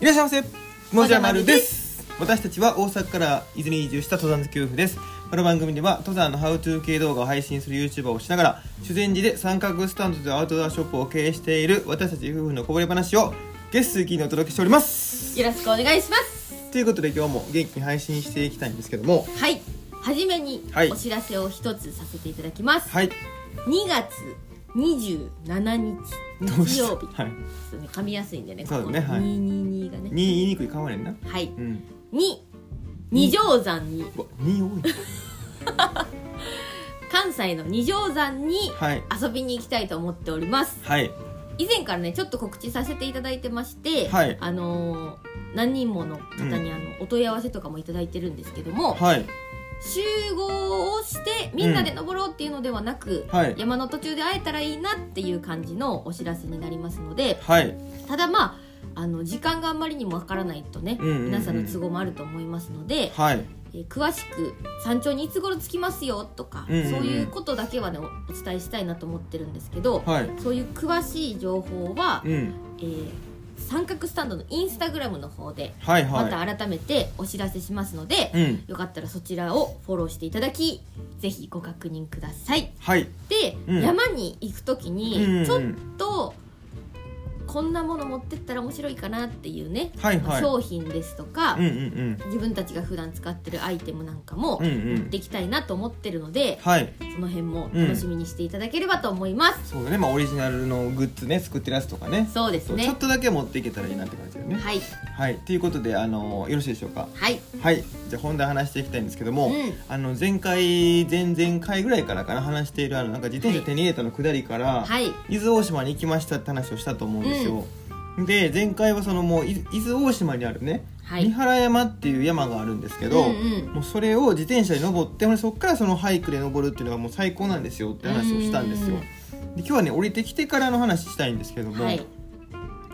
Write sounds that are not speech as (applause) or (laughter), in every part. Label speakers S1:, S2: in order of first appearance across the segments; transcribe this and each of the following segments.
S1: いらっしゃいませもじゃまる
S2: もじゃまる
S1: で
S2: です
S1: 私たちは大阪から伊豆に移住した登山好き夫婦ですこの番組では登山のハウトゥー系動画を配信する YouTuber をしながら修善寺で三角スタンドとアウトドアショップを経営している私たち夫婦のこぼれ話を月水金にお届けしております
S2: よろしくお願いします
S1: ということで今日も元気に配信していきたいんですけども
S2: はいはじめに
S1: はい
S2: お知らせを一つさせていただきます、
S1: はい
S2: 2月27日
S1: どう
S2: 日
S1: し
S2: 曜日、
S1: はい
S2: そうね噛みやすいんでね
S1: そうだね
S2: ここ
S1: はい
S2: 222が
S1: に
S2: ね
S1: 言いにくいかもねんな
S2: はい
S1: うん
S2: に二条山に
S1: うわに多い
S2: 関西の二条山に
S1: はい
S2: 遊びに行きたいと思っております
S1: はい
S2: 以前からねちょっと告知させていただいてまして、
S1: はい
S2: あのー何人もの方にあの、お問い合わせとかもいただいてるんですけども
S1: はい
S2: 集合をしてみんなで登ろうっていうのではなく、
S1: はい
S2: 山の途中で会えたらいいなっていう感じのお知らせになりますので
S1: はい
S2: ただまああの時間があんまりにもわからないとね、
S1: うんうんうん
S2: 皆さんの都合もあると思いますので、
S1: はい
S2: えー詳しく山頂にいつ頃着きますよとか、
S1: うんうんうん
S2: そういうことだけはねおお伝えしたいなと思ってるんですけど、
S1: はい
S2: そういう詳しい情報は、
S1: うん
S2: えー三角スタンドのインスタグラムの方で
S1: はいはい
S2: また改めてお知らせしますので、
S1: うん
S2: よかったらそちらをフォローしていただきぜひご確認ください
S1: はい
S2: で、
S1: うん
S2: 山に行く時
S1: うんう
S2: に
S1: ん
S2: ちょっとこんなもの持ってったら面白いかなっていうね、
S1: はいはい
S2: 商品ですとか、
S1: うんうん
S2: 自分たちが普段使ってるアイテムなんかも
S1: うんう
S2: 持
S1: ん
S2: っていきたいなと思ってるので、
S1: はい
S2: その辺も楽しみにしていただければと思います、
S1: そうだねまあオリジナルのグッズね作ってるやつとかね
S2: そうです
S1: ちょっ
S2: ね
S1: とだけ持っていけたらいいなって感じだよね
S2: はい
S1: はいということであのよろしいでしょうか
S2: はい
S1: はいじゃあ本題話していきたいんですけど
S2: う
S1: も、
S2: ん
S1: あの前回前々回ぐらいからかな話しているあのなんか自転車手に入れたの下りから、
S2: はい
S1: 伊豆大島に行きましたって話をしたと思うんですよ、で前回はそのもうい伊豆大島にあるね、
S2: はい
S1: 三原山っていう山があるんですけど、
S2: うんうん
S1: もうそれを自転車で登ってほんでそっからそのハイクで登るっていうのがもう最高なんですよって話をしたんですよ
S2: うん
S1: で今日はね降りてきてからの話したいんですけども、
S2: はい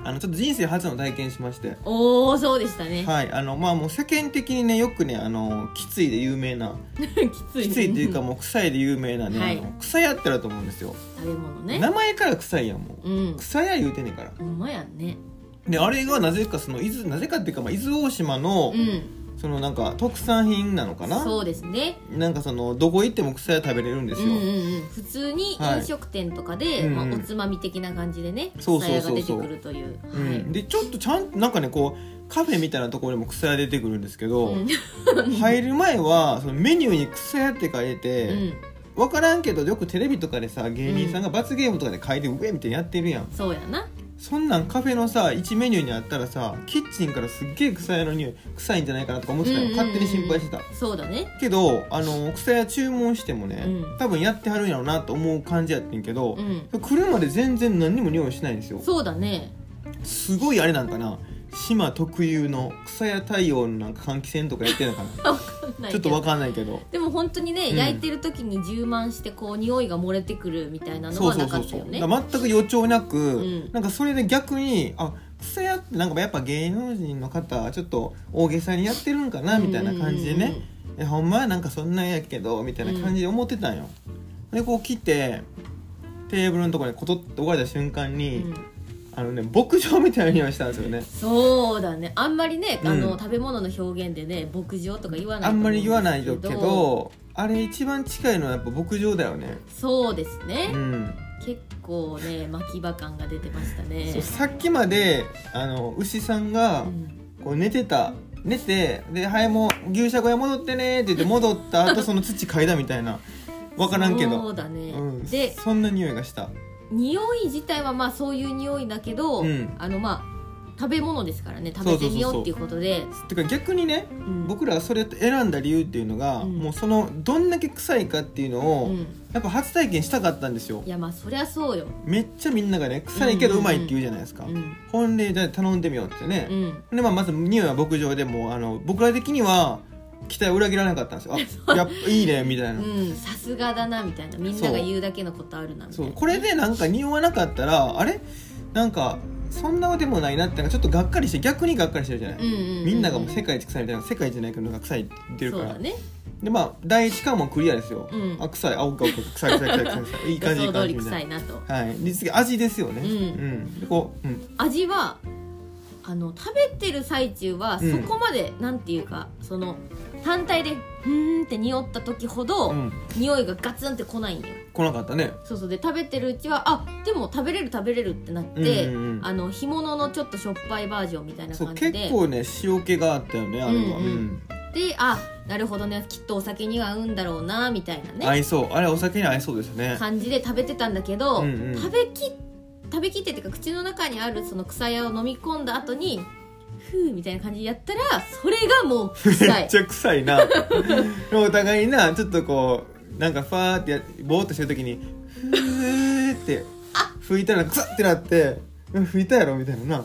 S1: あのちょっと人生初の体験しまして
S2: おおそうでしたね、
S1: はいあのまあもう世間的にねよくねあのきついで有名な
S2: (laughs) きつ
S1: き
S2: い
S1: ついというかもう臭いで有名なね、
S2: はい
S1: あの草屋ってあると思うんですよ
S2: 食べ物ね
S1: 名前から臭いやんもう
S2: うん
S1: 草屋言うてんねんから
S2: ほんまやんね
S1: であれがなぜかその伊豆なぜかっていうか、まあ、伊豆大島の、
S2: うん
S1: そのなんか特産品なのかな
S2: そうですね
S1: なんかそのどこ行っても草屋食べれるんで
S2: う
S1: す
S2: ん
S1: よ、
S2: うんうん普通に飲食店とかで、
S1: はい
S2: まあ
S1: うんう
S2: お
S1: ん
S2: つまみ的な感じでね
S1: そう
S2: さ
S1: そう
S2: や
S1: そ
S2: が
S1: う
S2: 出
S1: そ
S2: て
S1: う
S2: くるという
S1: う
S2: はい
S1: ん、でちょっとちゃんとなんかねこうカフェみたいなところにも草屋出てくるんですけど、
S2: うん
S1: 入る前はそのメニューに草屋って書いて、
S2: うん
S1: 分からんけどよくテレビとかでさ芸人さんが罰ゲームとかで書いて上みたいにやってるやん
S2: そうやな
S1: そんなんカフェのさ1メニューにあったらさキッチンからすっげえ草屋の匂い臭いんじゃないかなとか思ってたの、
S2: うんうんうん
S1: 勝手に心配してた
S2: そうだね
S1: けどあの草屋注文してもね、
S2: うん
S1: 多分やってはるんやろうなと思う感じやってんけど
S2: う、ん
S1: 来るまで全然何にも匂いしないんですよ
S2: そうだね (laughs)
S1: すごいあれなんかな島特有の草屋太陽のなんか換気扇とかやってるのかなちょっとわ
S2: わ
S1: かんないけど
S2: でも本当にね、
S1: うん
S2: 焼いてる時に充満してこう匂いが漏れてくるみたいなの
S1: そう
S2: は
S1: そ
S2: な
S1: うそ
S2: か
S1: う
S2: った
S1: そう
S2: よね
S1: だから全く予兆なく、
S2: ん
S1: なんかそれで逆にあ草屋ってなんかやっぱ芸能人の方ちょっと大げさにやってるんかなみたいな感じでね、えほんまはなんかそんなんやけどみたいな感じで思ってたんよ、でこう来てテーブルのところにコトッと置かれた瞬間
S2: う
S1: に、
S2: んうんうん
S1: あのね牧場みたいな匂いしたんですよね
S2: そうだねあんまりね、あ
S1: うん
S2: の食べ物の表現でね牧場とか言わな
S1: あ
S2: いと
S1: ん
S2: 思
S1: ま
S2: う
S1: り
S2: です
S1: 言わないけどあれ一番近いのはやっぱ牧場だよね
S2: そうですね、
S1: うん、
S2: 結構ね巻き場感が出てましたね
S1: そうさっきまであの牛さんが
S2: うん
S1: こう寝てた寝てで「はいもう牛舎小屋戻ってね」って言って戻った後その土嗅いだみたいな分からんけ
S2: そ
S1: ど
S2: うだね、
S1: うん、
S2: で
S1: そんな匂いがした
S2: 匂い自体はまあそういう匂いだけど、
S1: うん
S2: あのまあ食べ物ですからね食べてみようっていうことで
S1: てか逆にね
S2: うん
S1: 僕らがそれを選んだ理由っていうのが、
S2: うん
S1: もうそのどんだけ臭いかっていうのを、
S2: うん
S1: やっぱ初体験したかったんですよ
S2: いやまあそりゃそうよ
S1: めっちゃみんながね臭いけどうまいって言うじゃないですか、
S2: うん
S1: ほんでじゃあ頼んでみようってね
S2: う、ん
S1: でまあ、まず匂いは牧場でもうあの僕ら的には期待を裏切らなかったんですよあやっぱいいねみたいな、
S2: うんさすがだなみたいなみんなが言うだけのことあるなみた
S1: そ
S2: いうな
S1: これでなんか匂わなかったらあれなんかそんなでもないなってなんかちょっとがっかりして逆にがっかりしてるじゃない、
S2: うんうんうん
S1: みんながもう世界一臭いみたいな世界一じゃないけどなんか臭いって言ってるか
S2: そう
S1: ら
S2: だね
S1: でまあ第一関門クリアですよ、
S2: うん
S1: あ臭いあおかおか臭い臭い臭い臭い臭いいい感じい
S2: 予
S1: い
S2: 想通
S1: 感じ
S2: り
S1: みた
S2: 臭
S1: い
S2: いなと
S1: なはいで次味ですよね
S2: うん
S1: んでこう、うん、
S2: 味はあの食べてる最中は
S1: う
S2: そ
S1: ん
S2: こまで、なんていうかその単体で「ふーん」って匂った時ほど、
S1: うん
S2: 匂いがガツンってこないんよ
S1: 来なかったね
S2: そうそうで食べてるうちはあでも食べれる食べれるってなって、
S1: うんうんうん
S2: あの干物のちょっとしょっぱいバージョンみたいな
S1: そう
S2: 感じ
S1: 結
S2: で
S1: 構ね塩気があったよねあれは、
S2: うんうん
S1: うん
S2: であなるほどねきっとお酒には合うんだろうなみたいなね
S1: 合いそうあれお酒に合いそうですね (laughs)
S2: 感じで食べてたんだけど、
S1: うんうん
S2: 食べき食べきってっていうか口の中にあるその草屋を飲み込んだ後にふーみたいな感じでやったらそれがもう臭
S1: めっ
S2: い
S1: ちゃ臭い
S2: (laughs)
S1: なでもお互いなちょっとこうなんかファーってやぼーっとしてる時にふーって吹いたらクサってなって吹いたやろみたいなな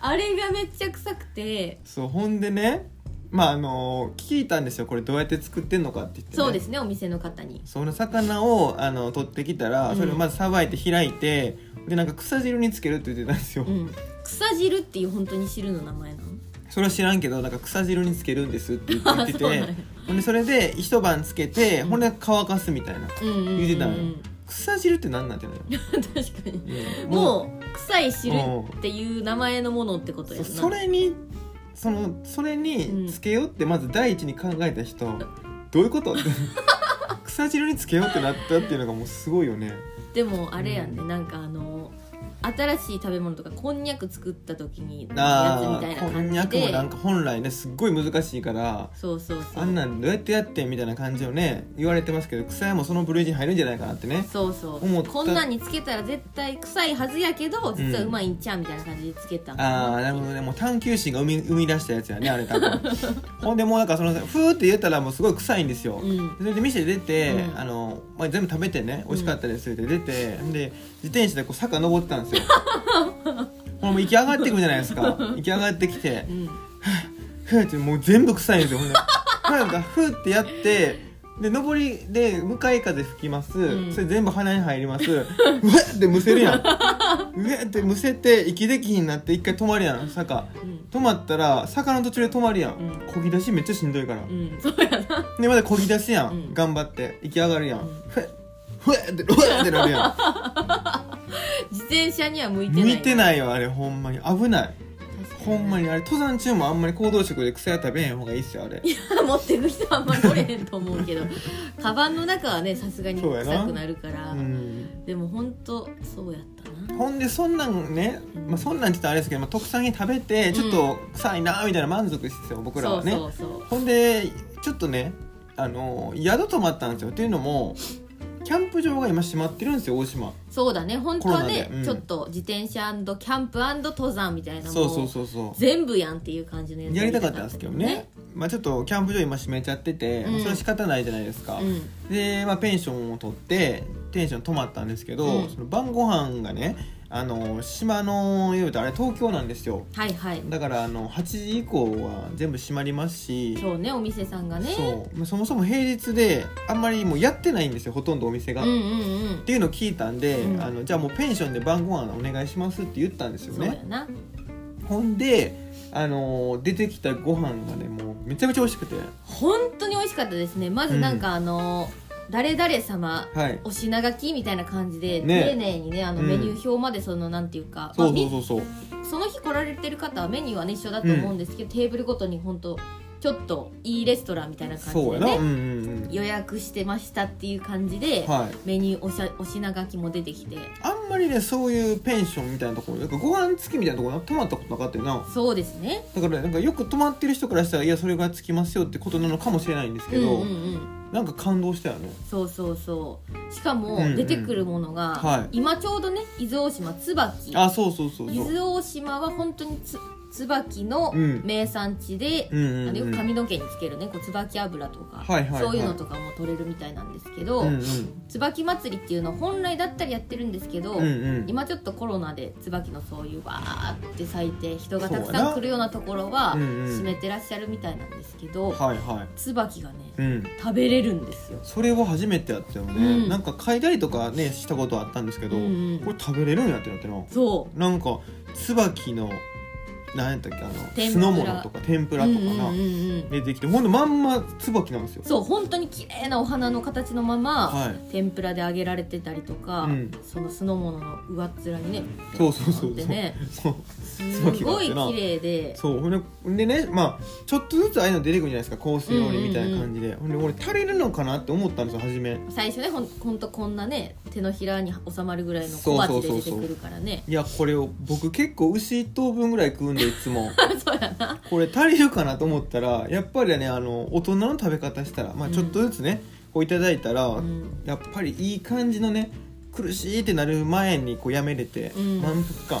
S2: あれがめっちゃ臭くて
S1: そうほんでねまああの聞いたんですよこれどうやって作ってんのかって言って、ね、
S2: そうですねお店の方に
S1: その魚をあの取ってきたら、
S2: うん
S1: それをまずさばいて開いてでなんか草汁につけるって言ってたんですよ、
S2: うん草汁っていう本当に汁の名前なの
S1: それは知らんけどなんか草汁につけるんですって言って言ってて
S2: そうなんや
S1: ほんでそれで一晩つけて、ほんで乾かすみたいな
S2: うんうんうんうん
S1: 茹でたんよ草汁って何なんていうのよ
S2: (laughs) 確かに
S1: うんも
S2: もう臭い汁っていう名前のものってこと
S1: う
S2: やんな
S1: そそれにそのそれにつけようってまず第一に考えた人、どういう
S2: (laughs)
S1: ことって草汁につけようってなったっていうのがもうすごいよね
S2: でもあれやんね、
S1: う
S2: なんかあの新しい食べ物とかこんにゃく作った時にやつみ
S1: あ
S2: た
S1: ー
S2: いな
S1: こん
S2: 感
S1: にゃ
S2: じ
S1: くもなん
S2: で
S1: か本来ねすっごい難しいから
S2: そうそうそう
S1: あんなんどうやってやってみたいな感じをね言われてますけど草屋もその部類に入るんじゃないかなってね
S2: そうそう
S1: 思った
S2: こんなんにつけたら絶対臭いはずやけど実はうまいんちゃうみたいな感じでつけたの
S1: ああなるほどねもう探求心が生み生み出したやつやねあれ多
S2: (laughs)
S1: 分ほんでもうなんかそのふーって言ったらもうすごい臭いんですよ、
S2: うん
S1: それで店出て、
S2: うん
S1: あのまあ、全部食べてね美味しかったですって出て、で自転車でこう坂登ってたん
S2: (laughs)
S1: ですよほらもう行き上がってくるじゃないですか行き上がってきて
S2: うん
S1: ふーってもう全部臭いんですよほんでなんかふーってやってで上りで向かい風吹きます、
S2: うん
S1: それ全部鼻に入り
S2: (laughs)
S1: ますうわってむせるやんうわってむせて息できひんなって一回止まるやん坂
S2: うん
S1: 止まったら坂の途中で止まるやん、
S2: うん
S1: 漕ぎ出しめっちゃしんどいから、
S2: うんそうやな
S1: でまだ漕ぎ出すやん、
S2: うん
S1: 頑張って行き上がるやん、
S2: うん
S1: ふえふえってふえってなるやん
S2: 自転車には向いてない
S1: 向いてないよあれほんまに危ない
S2: 確か
S1: ほんま
S2: に
S1: にあれ登山中もあんまり行動食で草屋食べへん方がいいっすよあれ
S2: な (laughs) 持ってく人はあんま来れへんと思うけど (laughs) カバンの中はねさすがに
S1: そうやな
S2: 臭くなるから
S1: うん
S2: でも本当そうやったな
S1: ほんでそんなんね、まあ、そんなんって言ったらあれですけど、まあ、特産品食べてちょっと臭いなみたいな満足してたよ僕らはね
S2: そうそうそう
S1: ほんでちょっとねあの宿泊まったんですよっていうのもキャンプ場が今閉まってるんですよ大島
S2: そうだね本当は
S1: コロナ
S2: ね、
S1: でうん
S2: ちょっと自転車キャンプ登山みたいな
S1: そうそう
S2: も
S1: そうそう
S2: 全部やんっていう感じのやつ
S1: やりたかったんですけどねまあ、ちょっとキャンプ場今閉めちゃってて、
S2: うん
S1: まあそれ仕方ないじゃないですか、
S2: うん
S1: で、まあ、ペンションを取ってテンション泊まったんですけど、
S2: うん
S1: その晩ご飯がねあの島の言うとあれ東京なんですよ
S2: はいはい
S1: だからあの8時以降は全部閉まりますし
S2: そうねお店さんがね
S1: そうまあそもそも平日であんまりもうやってないんですよほとんどお店が、
S2: うんう
S1: っ
S2: んうん
S1: ていうのを聞いたんで、
S2: うん
S1: あのじゃあもうペンションで晩ご飯お願いしますって言ったんですよ
S2: そう
S1: ね
S2: やな
S1: ほんで、あのー出てきたご飯がねもうめちゃめちゃ美味しくて
S2: 本当に美味しかったですねまずなんかあの、誰々様
S1: はい
S2: お品書きみたいな感じで、
S1: ね
S2: 丁寧にねあの
S1: うん
S2: メニュー表までその、なんていうか、ま
S1: そ
S2: あ
S1: うそう
S2: み
S1: そうそう
S2: その日来られてる方はメニューはね一緒だと思うんですけど、テーブルごとに本当ちょっといいレストランみたいな感じ
S1: そうや
S2: で
S1: な
S2: ね
S1: うんうん
S2: 予約してましたっていう感じで、
S1: うんはい
S2: メニューおしゃお品書きも出てきて
S1: あんまりねそういうペンションみたいなところなんかご飯付きみたいなところ泊まったことなかったよな
S2: そうですね
S1: だからなんかよく泊まってる人からしたらいやそれが付きますよってことなのかもしれないんですけど、
S2: うんうんうん、
S1: なんか感動したよね
S2: そうそうそうしかも
S1: うんうん
S2: 出てくるものが、
S1: はい
S2: 今ちょうどね伊豆大島椿
S1: あそうそうそう
S2: 伊
S1: そう
S2: 豆大島は本当につ椿の
S1: うん
S2: 名産地で、
S1: うんうんうん
S2: あのよく髪の毛につけるねこう椿油とか、
S1: はいはいはい
S2: そういうのとかも取れるみたいなんですけど、
S1: うんうん
S2: 椿祭りっていうのは本来だったらやってるんですけど、
S1: うんうん
S2: 今ちょっとコロナで椿のそういうわーって咲いて人がたく
S1: そうや
S2: さ
S1: なん
S2: 来るようなところは
S1: うんうん
S2: 閉めてらっしゃるみたいなんですけど、
S1: はいはい
S2: 椿がね
S1: うん
S2: 食べれるんですよ
S1: それは初めてやったよね、
S2: うん
S1: なんか嗅いだりとかねしたことあったんですけど、
S2: うんうん
S1: これ食べれるんやってなってな
S2: そ
S1: なんか椿の何やったっけあの
S2: 天
S1: 酢
S2: ぷら
S1: の物とか天ぷらとかな、
S2: うんうんうんうん
S1: 出てきてほんとまんま椿なんですよ
S2: そう本当に綺麗なお花の形のまま、
S1: はい
S2: 天ぷらで揚げられてたりとか、
S1: うん
S2: その酢の物の上っ面にね
S1: そうそうそう
S2: ピョンってね
S1: そう
S2: す
S1: 椿があっ
S2: ごい
S1: てな
S2: 綺麗で
S1: そうほんでほんでねまあちょっとずつああいうの出てくるじゃないですかコース料理みたいな感じで、ほんで俺足りるのかなって思ったんですよ初め
S2: 最初ねほんほんとこんなね手のひらに収まるぐらいの小鉢で出てくるからね
S1: いやこれを僕結構牛1頭分ぐらい食うんでいつも
S2: (laughs) そうやな
S1: これ足りるかなと思ったらやっぱりねあの大人の食べ方したら、まあ、ちょっとずつね、こういただいたら、
S2: うん
S1: やっぱりいい感じのね苦しいってなる前にこうやめれて、
S2: うん
S1: 満腹感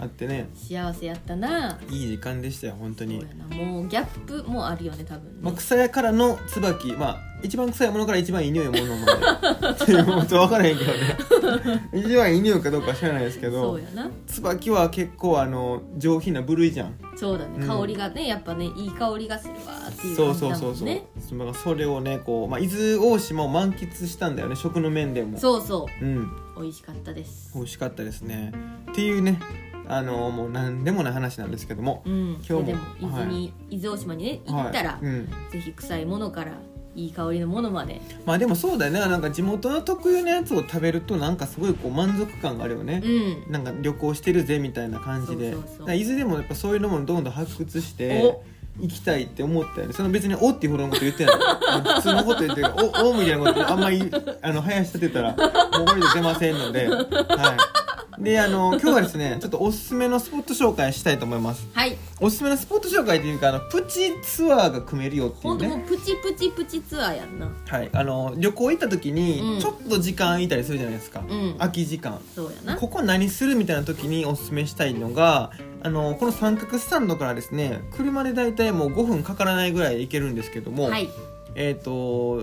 S1: あってね
S2: 幸せやったない
S1: い時間でしたよ本当
S2: そう
S1: に
S2: や、なもうギャップもあるよね多分ね、
S1: まあ、草屋からの椿まあ一番臭いものから一番いい匂いのものまで (laughs) っていうもうちょっと分からへんけどね
S2: (laughs)
S1: 一番いい匂いかどうか知らないですけ
S2: そ
S1: ど
S2: うやな
S1: 椿は結構あの上品な部類じゃん
S2: そうだね、
S1: うん
S2: 香りがねやっぱねいい香りがするわーっていう
S1: そ
S2: 感
S1: う
S2: じ
S1: そう
S2: だ
S1: そ
S2: も
S1: うんそう、
S2: ね
S1: そのそれをねこう、まあ、伊豆大島を満喫したんだよね食の面でも
S2: そうそ
S1: うん
S2: う美味しかったです
S1: 美味しかったですねっていうねあのもう何でもない話なんですけども、
S2: うん
S1: 日も
S2: ででも伊豆に、伊豆大島にね行ったら、
S1: はいうん、
S2: ぜひ臭いものからいい香りのものまで
S1: まあでもそうだよねなんか地元の特有のやつを食べるとなんかすごいこう満足感があるよね
S2: う、ん
S1: なんか旅行してるぜみたいな感じで
S2: そうそうそう
S1: だから伊豆でもやっぱそういうのもどんどん発掘して
S2: お
S1: 行きたいって思ったよねその別に「お」っていうほどのこと言ってない普通のこと言ってるからお」おみたいなことあんまりあの林立てたらもうこれで出ませんので、はい、であの今日はですねちょっとおすすめのスポット紹介したいと思います
S2: はい
S1: おすすめのスポット紹介というかあのプチツアーが組めるよってい
S2: ほ
S1: うん
S2: ともう
S1: ね、
S2: プチプチプチツアーやんな
S1: はい、あの旅行行った時
S2: うん
S1: にちょっと時間空いたりするじゃないですか、
S2: うん
S1: 空き時間
S2: そうやな
S1: ここ何するみたいな時におすすめしたいのがあのこの三角スタンドからですね車で大体もう5分かからないぐらいで行けるんですけども、
S2: はい
S1: えっ、と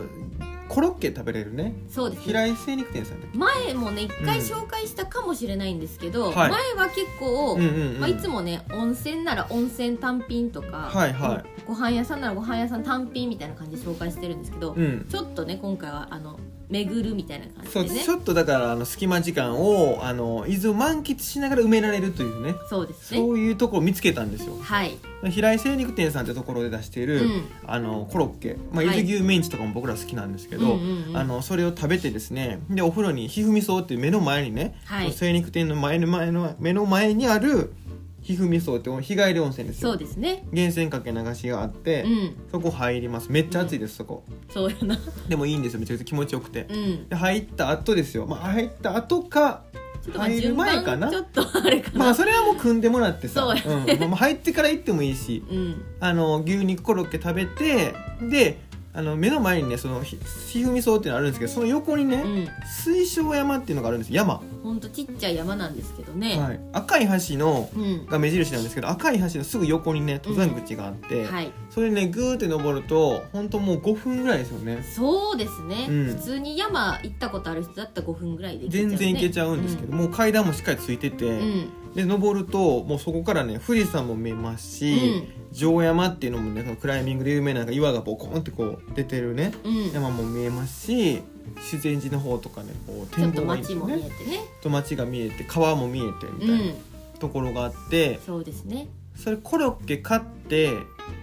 S1: コロッケ食べれるね
S2: そうです
S1: 平井精肉店さんだっけ
S2: 前もね一回
S1: うん
S2: 紹介したかもしれないんですけど、
S1: はい
S2: 前は結構、
S1: うんうんうん
S2: まあ、いつもね温泉なら温泉単品とか、
S1: はいは
S2: ご飯屋さんならご飯屋さん単品みたいな感じで紹介してるんですけど、
S1: うん
S2: ちょっとね今回はあの巡るみたいな感じ
S1: そう
S2: でね
S1: ちょっとだからあの隙間時間をあの伊豆を満喫しながら埋められるというね
S2: そうですね
S1: そういうところを見つけたんですよ
S2: はい、
S1: 平井精肉店さんってところで出していうる、
S2: ん、
S1: あのコロッケ、まあ、
S2: はい
S1: 伊豆牛メンチとかも僕ら好きなんですけど、
S2: うんうんうん
S1: あのそれを食べてですねでお風呂にひふみそうっていう目の前にね、
S2: はい
S1: 精肉店の前の前の目の前にあるひふみそうって日帰り温泉ですよ
S2: そうですね
S1: 源泉かけ流しがあって、
S2: うん
S1: そこ入りますめっちゃ暑いです、そこ
S2: そうやな
S1: でもいいんですよめちゃくちゃ気持ちよくて、
S2: うん
S1: で入った後ですよ、まあ、入った後か
S2: ちょっとまあ
S1: 入る
S2: 順
S1: 前か
S2: 番
S1: な
S2: ちょっとあれかな、
S1: まあそれはもう組んでもらってさ
S2: そうや
S1: んまあまあ入ってから行ってもいいし
S2: うん
S1: あの牛肉コロッケ食べてであの目の前にねそのひひふみそうっていうのあるんですけどその横にね、
S2: うん
S1: 水晶山っていうのがあるんです山、は
S2: ほんとちっちゃい山なんですけどね、
S1: い、赤い橋の
S2: うん
S1: が目印なんですけど赤い橋のすぐ横にね登山口があって、
S2: はい
S1: それねぐーって登ると本当もう5分ぐらいですよね
S2: そうですね、
S1: うん
S2: 普通に山行ったことある人だったら5分ぐらいで行けちゃ
S1: 全
S2: う、ね、
S1: 然行けちゃうんですけど、もう階段もしっかりついてて、
S2: うん、うん
S1: で登るともうそこからね富士山も見えますし、城山っていうのもねそのクライミングで有名ななんか岩がボコンってこう出てるね
S2: うんうん
S1: 山も見えますし自然寺の方とかねこう
S2: ちょ
S1: 展
S2: っと
S1: 望がいいんですよ
S2: 街も見えて
S1: ね
S2: ね
S1: と街が見えて川も見えてみたいな、
S2: う
S1: ところがあって
S2: んそうですね
S1: それコロッケ買って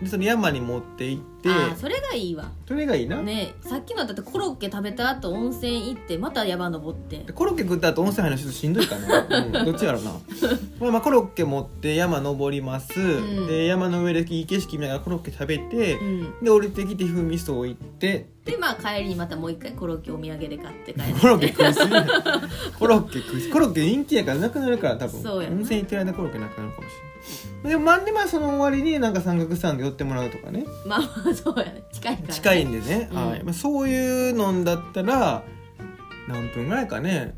S1: でその山に持って行って
S2: ああそれがいいわ
S1: それがいいな、
S2: ねさっきのだってコロッケ食べた後温泉行ってまた山登って
S1: でコロッケ食った後温泉入るのちょっとしんどいか
S2: (laughs)
S1: な、うん、どっちやろうなまあまあコロッケ持って山登ります、
S2: ん
S1: で山の上でいい景色見ながらコロッケ食べて、
S2: うん
S1: で降りてきて風味噌を行って
S2: でまあ帰りにまたもう一回コロッケお土産で買って帰って
S1: コロッケ食いすぎないコロッケ食いすぎコロッケ人気やからなくなるから多分
S2: そうやな
S1: 温泉行ってる間コロッケなくなるかもしれないでもまあでまあその終わりになんか三角スタンド寄ってもらうとかね
S2: (laughs) まあまあそうやね近いから、ね、
S1: 近いんでね、
S2: うん
S1: はいまあ、そういうのだったら何分ぐらいかね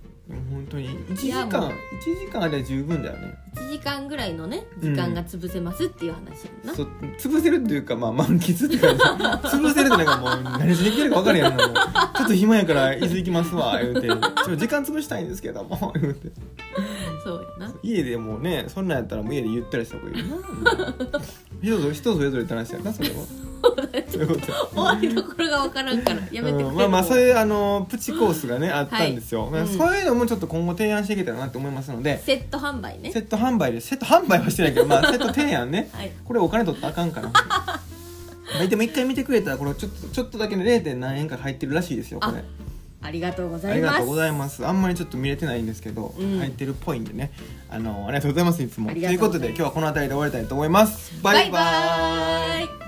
S1: 本当に1時
S2: いやも
S1: 間
S2: う
S1: 一時間あれば十分だよね
S2: 1時間ぐらいのね時間が潰せますっていう話やんな、
S1: そう潰せるっていうかまあ満喫って感じ潰せるってなんか (laughs) もう何しに来てるか分からへんやんなもうちょっと暇やから伊豆行きますわ言うてちょっと時間潰したいんですけども言うて
S2: そうやな
S1: 家でもうねそんなんやったらもう家でゆったりした方がいいな人ぞ人それぞれって話やなそれは
S2: そうことで
S1: そういうこと
S2: (laughs) 終わりどころが分からんからやめてくれ、
S1: うんまあまあそういうあのプチコースがねあったんですよ、
S2: はいうん
S1: そういうのもちょっと今後提案していけたらなと思いますので
S2: セット販売ね
S1: セット販売でセット販売はしてないけど、まあ、セット提案ね
S2: はい
S1: これお金取ったらあかんからはいでも一回見てくれたらこれちょっとちょっとだけね 0. 点何円か入ってるらしいですよこれ
S2: ありがとうござ
S1: あ
S2: い
S1: り
S2: ます
S1: がとうございますあんまりちょっと見れてないんですけど、
S2: うん
S1: 入ってるっぽいんでねあのありがとうございますいつも
S2: あ
S1: と
S2: り
S1: い
S2: がとう
S1: う
S2: ご
S1: こ
S2: ざ
S1: と
S2: います
S1: で今日はこの辺りで終わりたいと思いますバイバ
S2: バイバ
S1: イ
S2: イ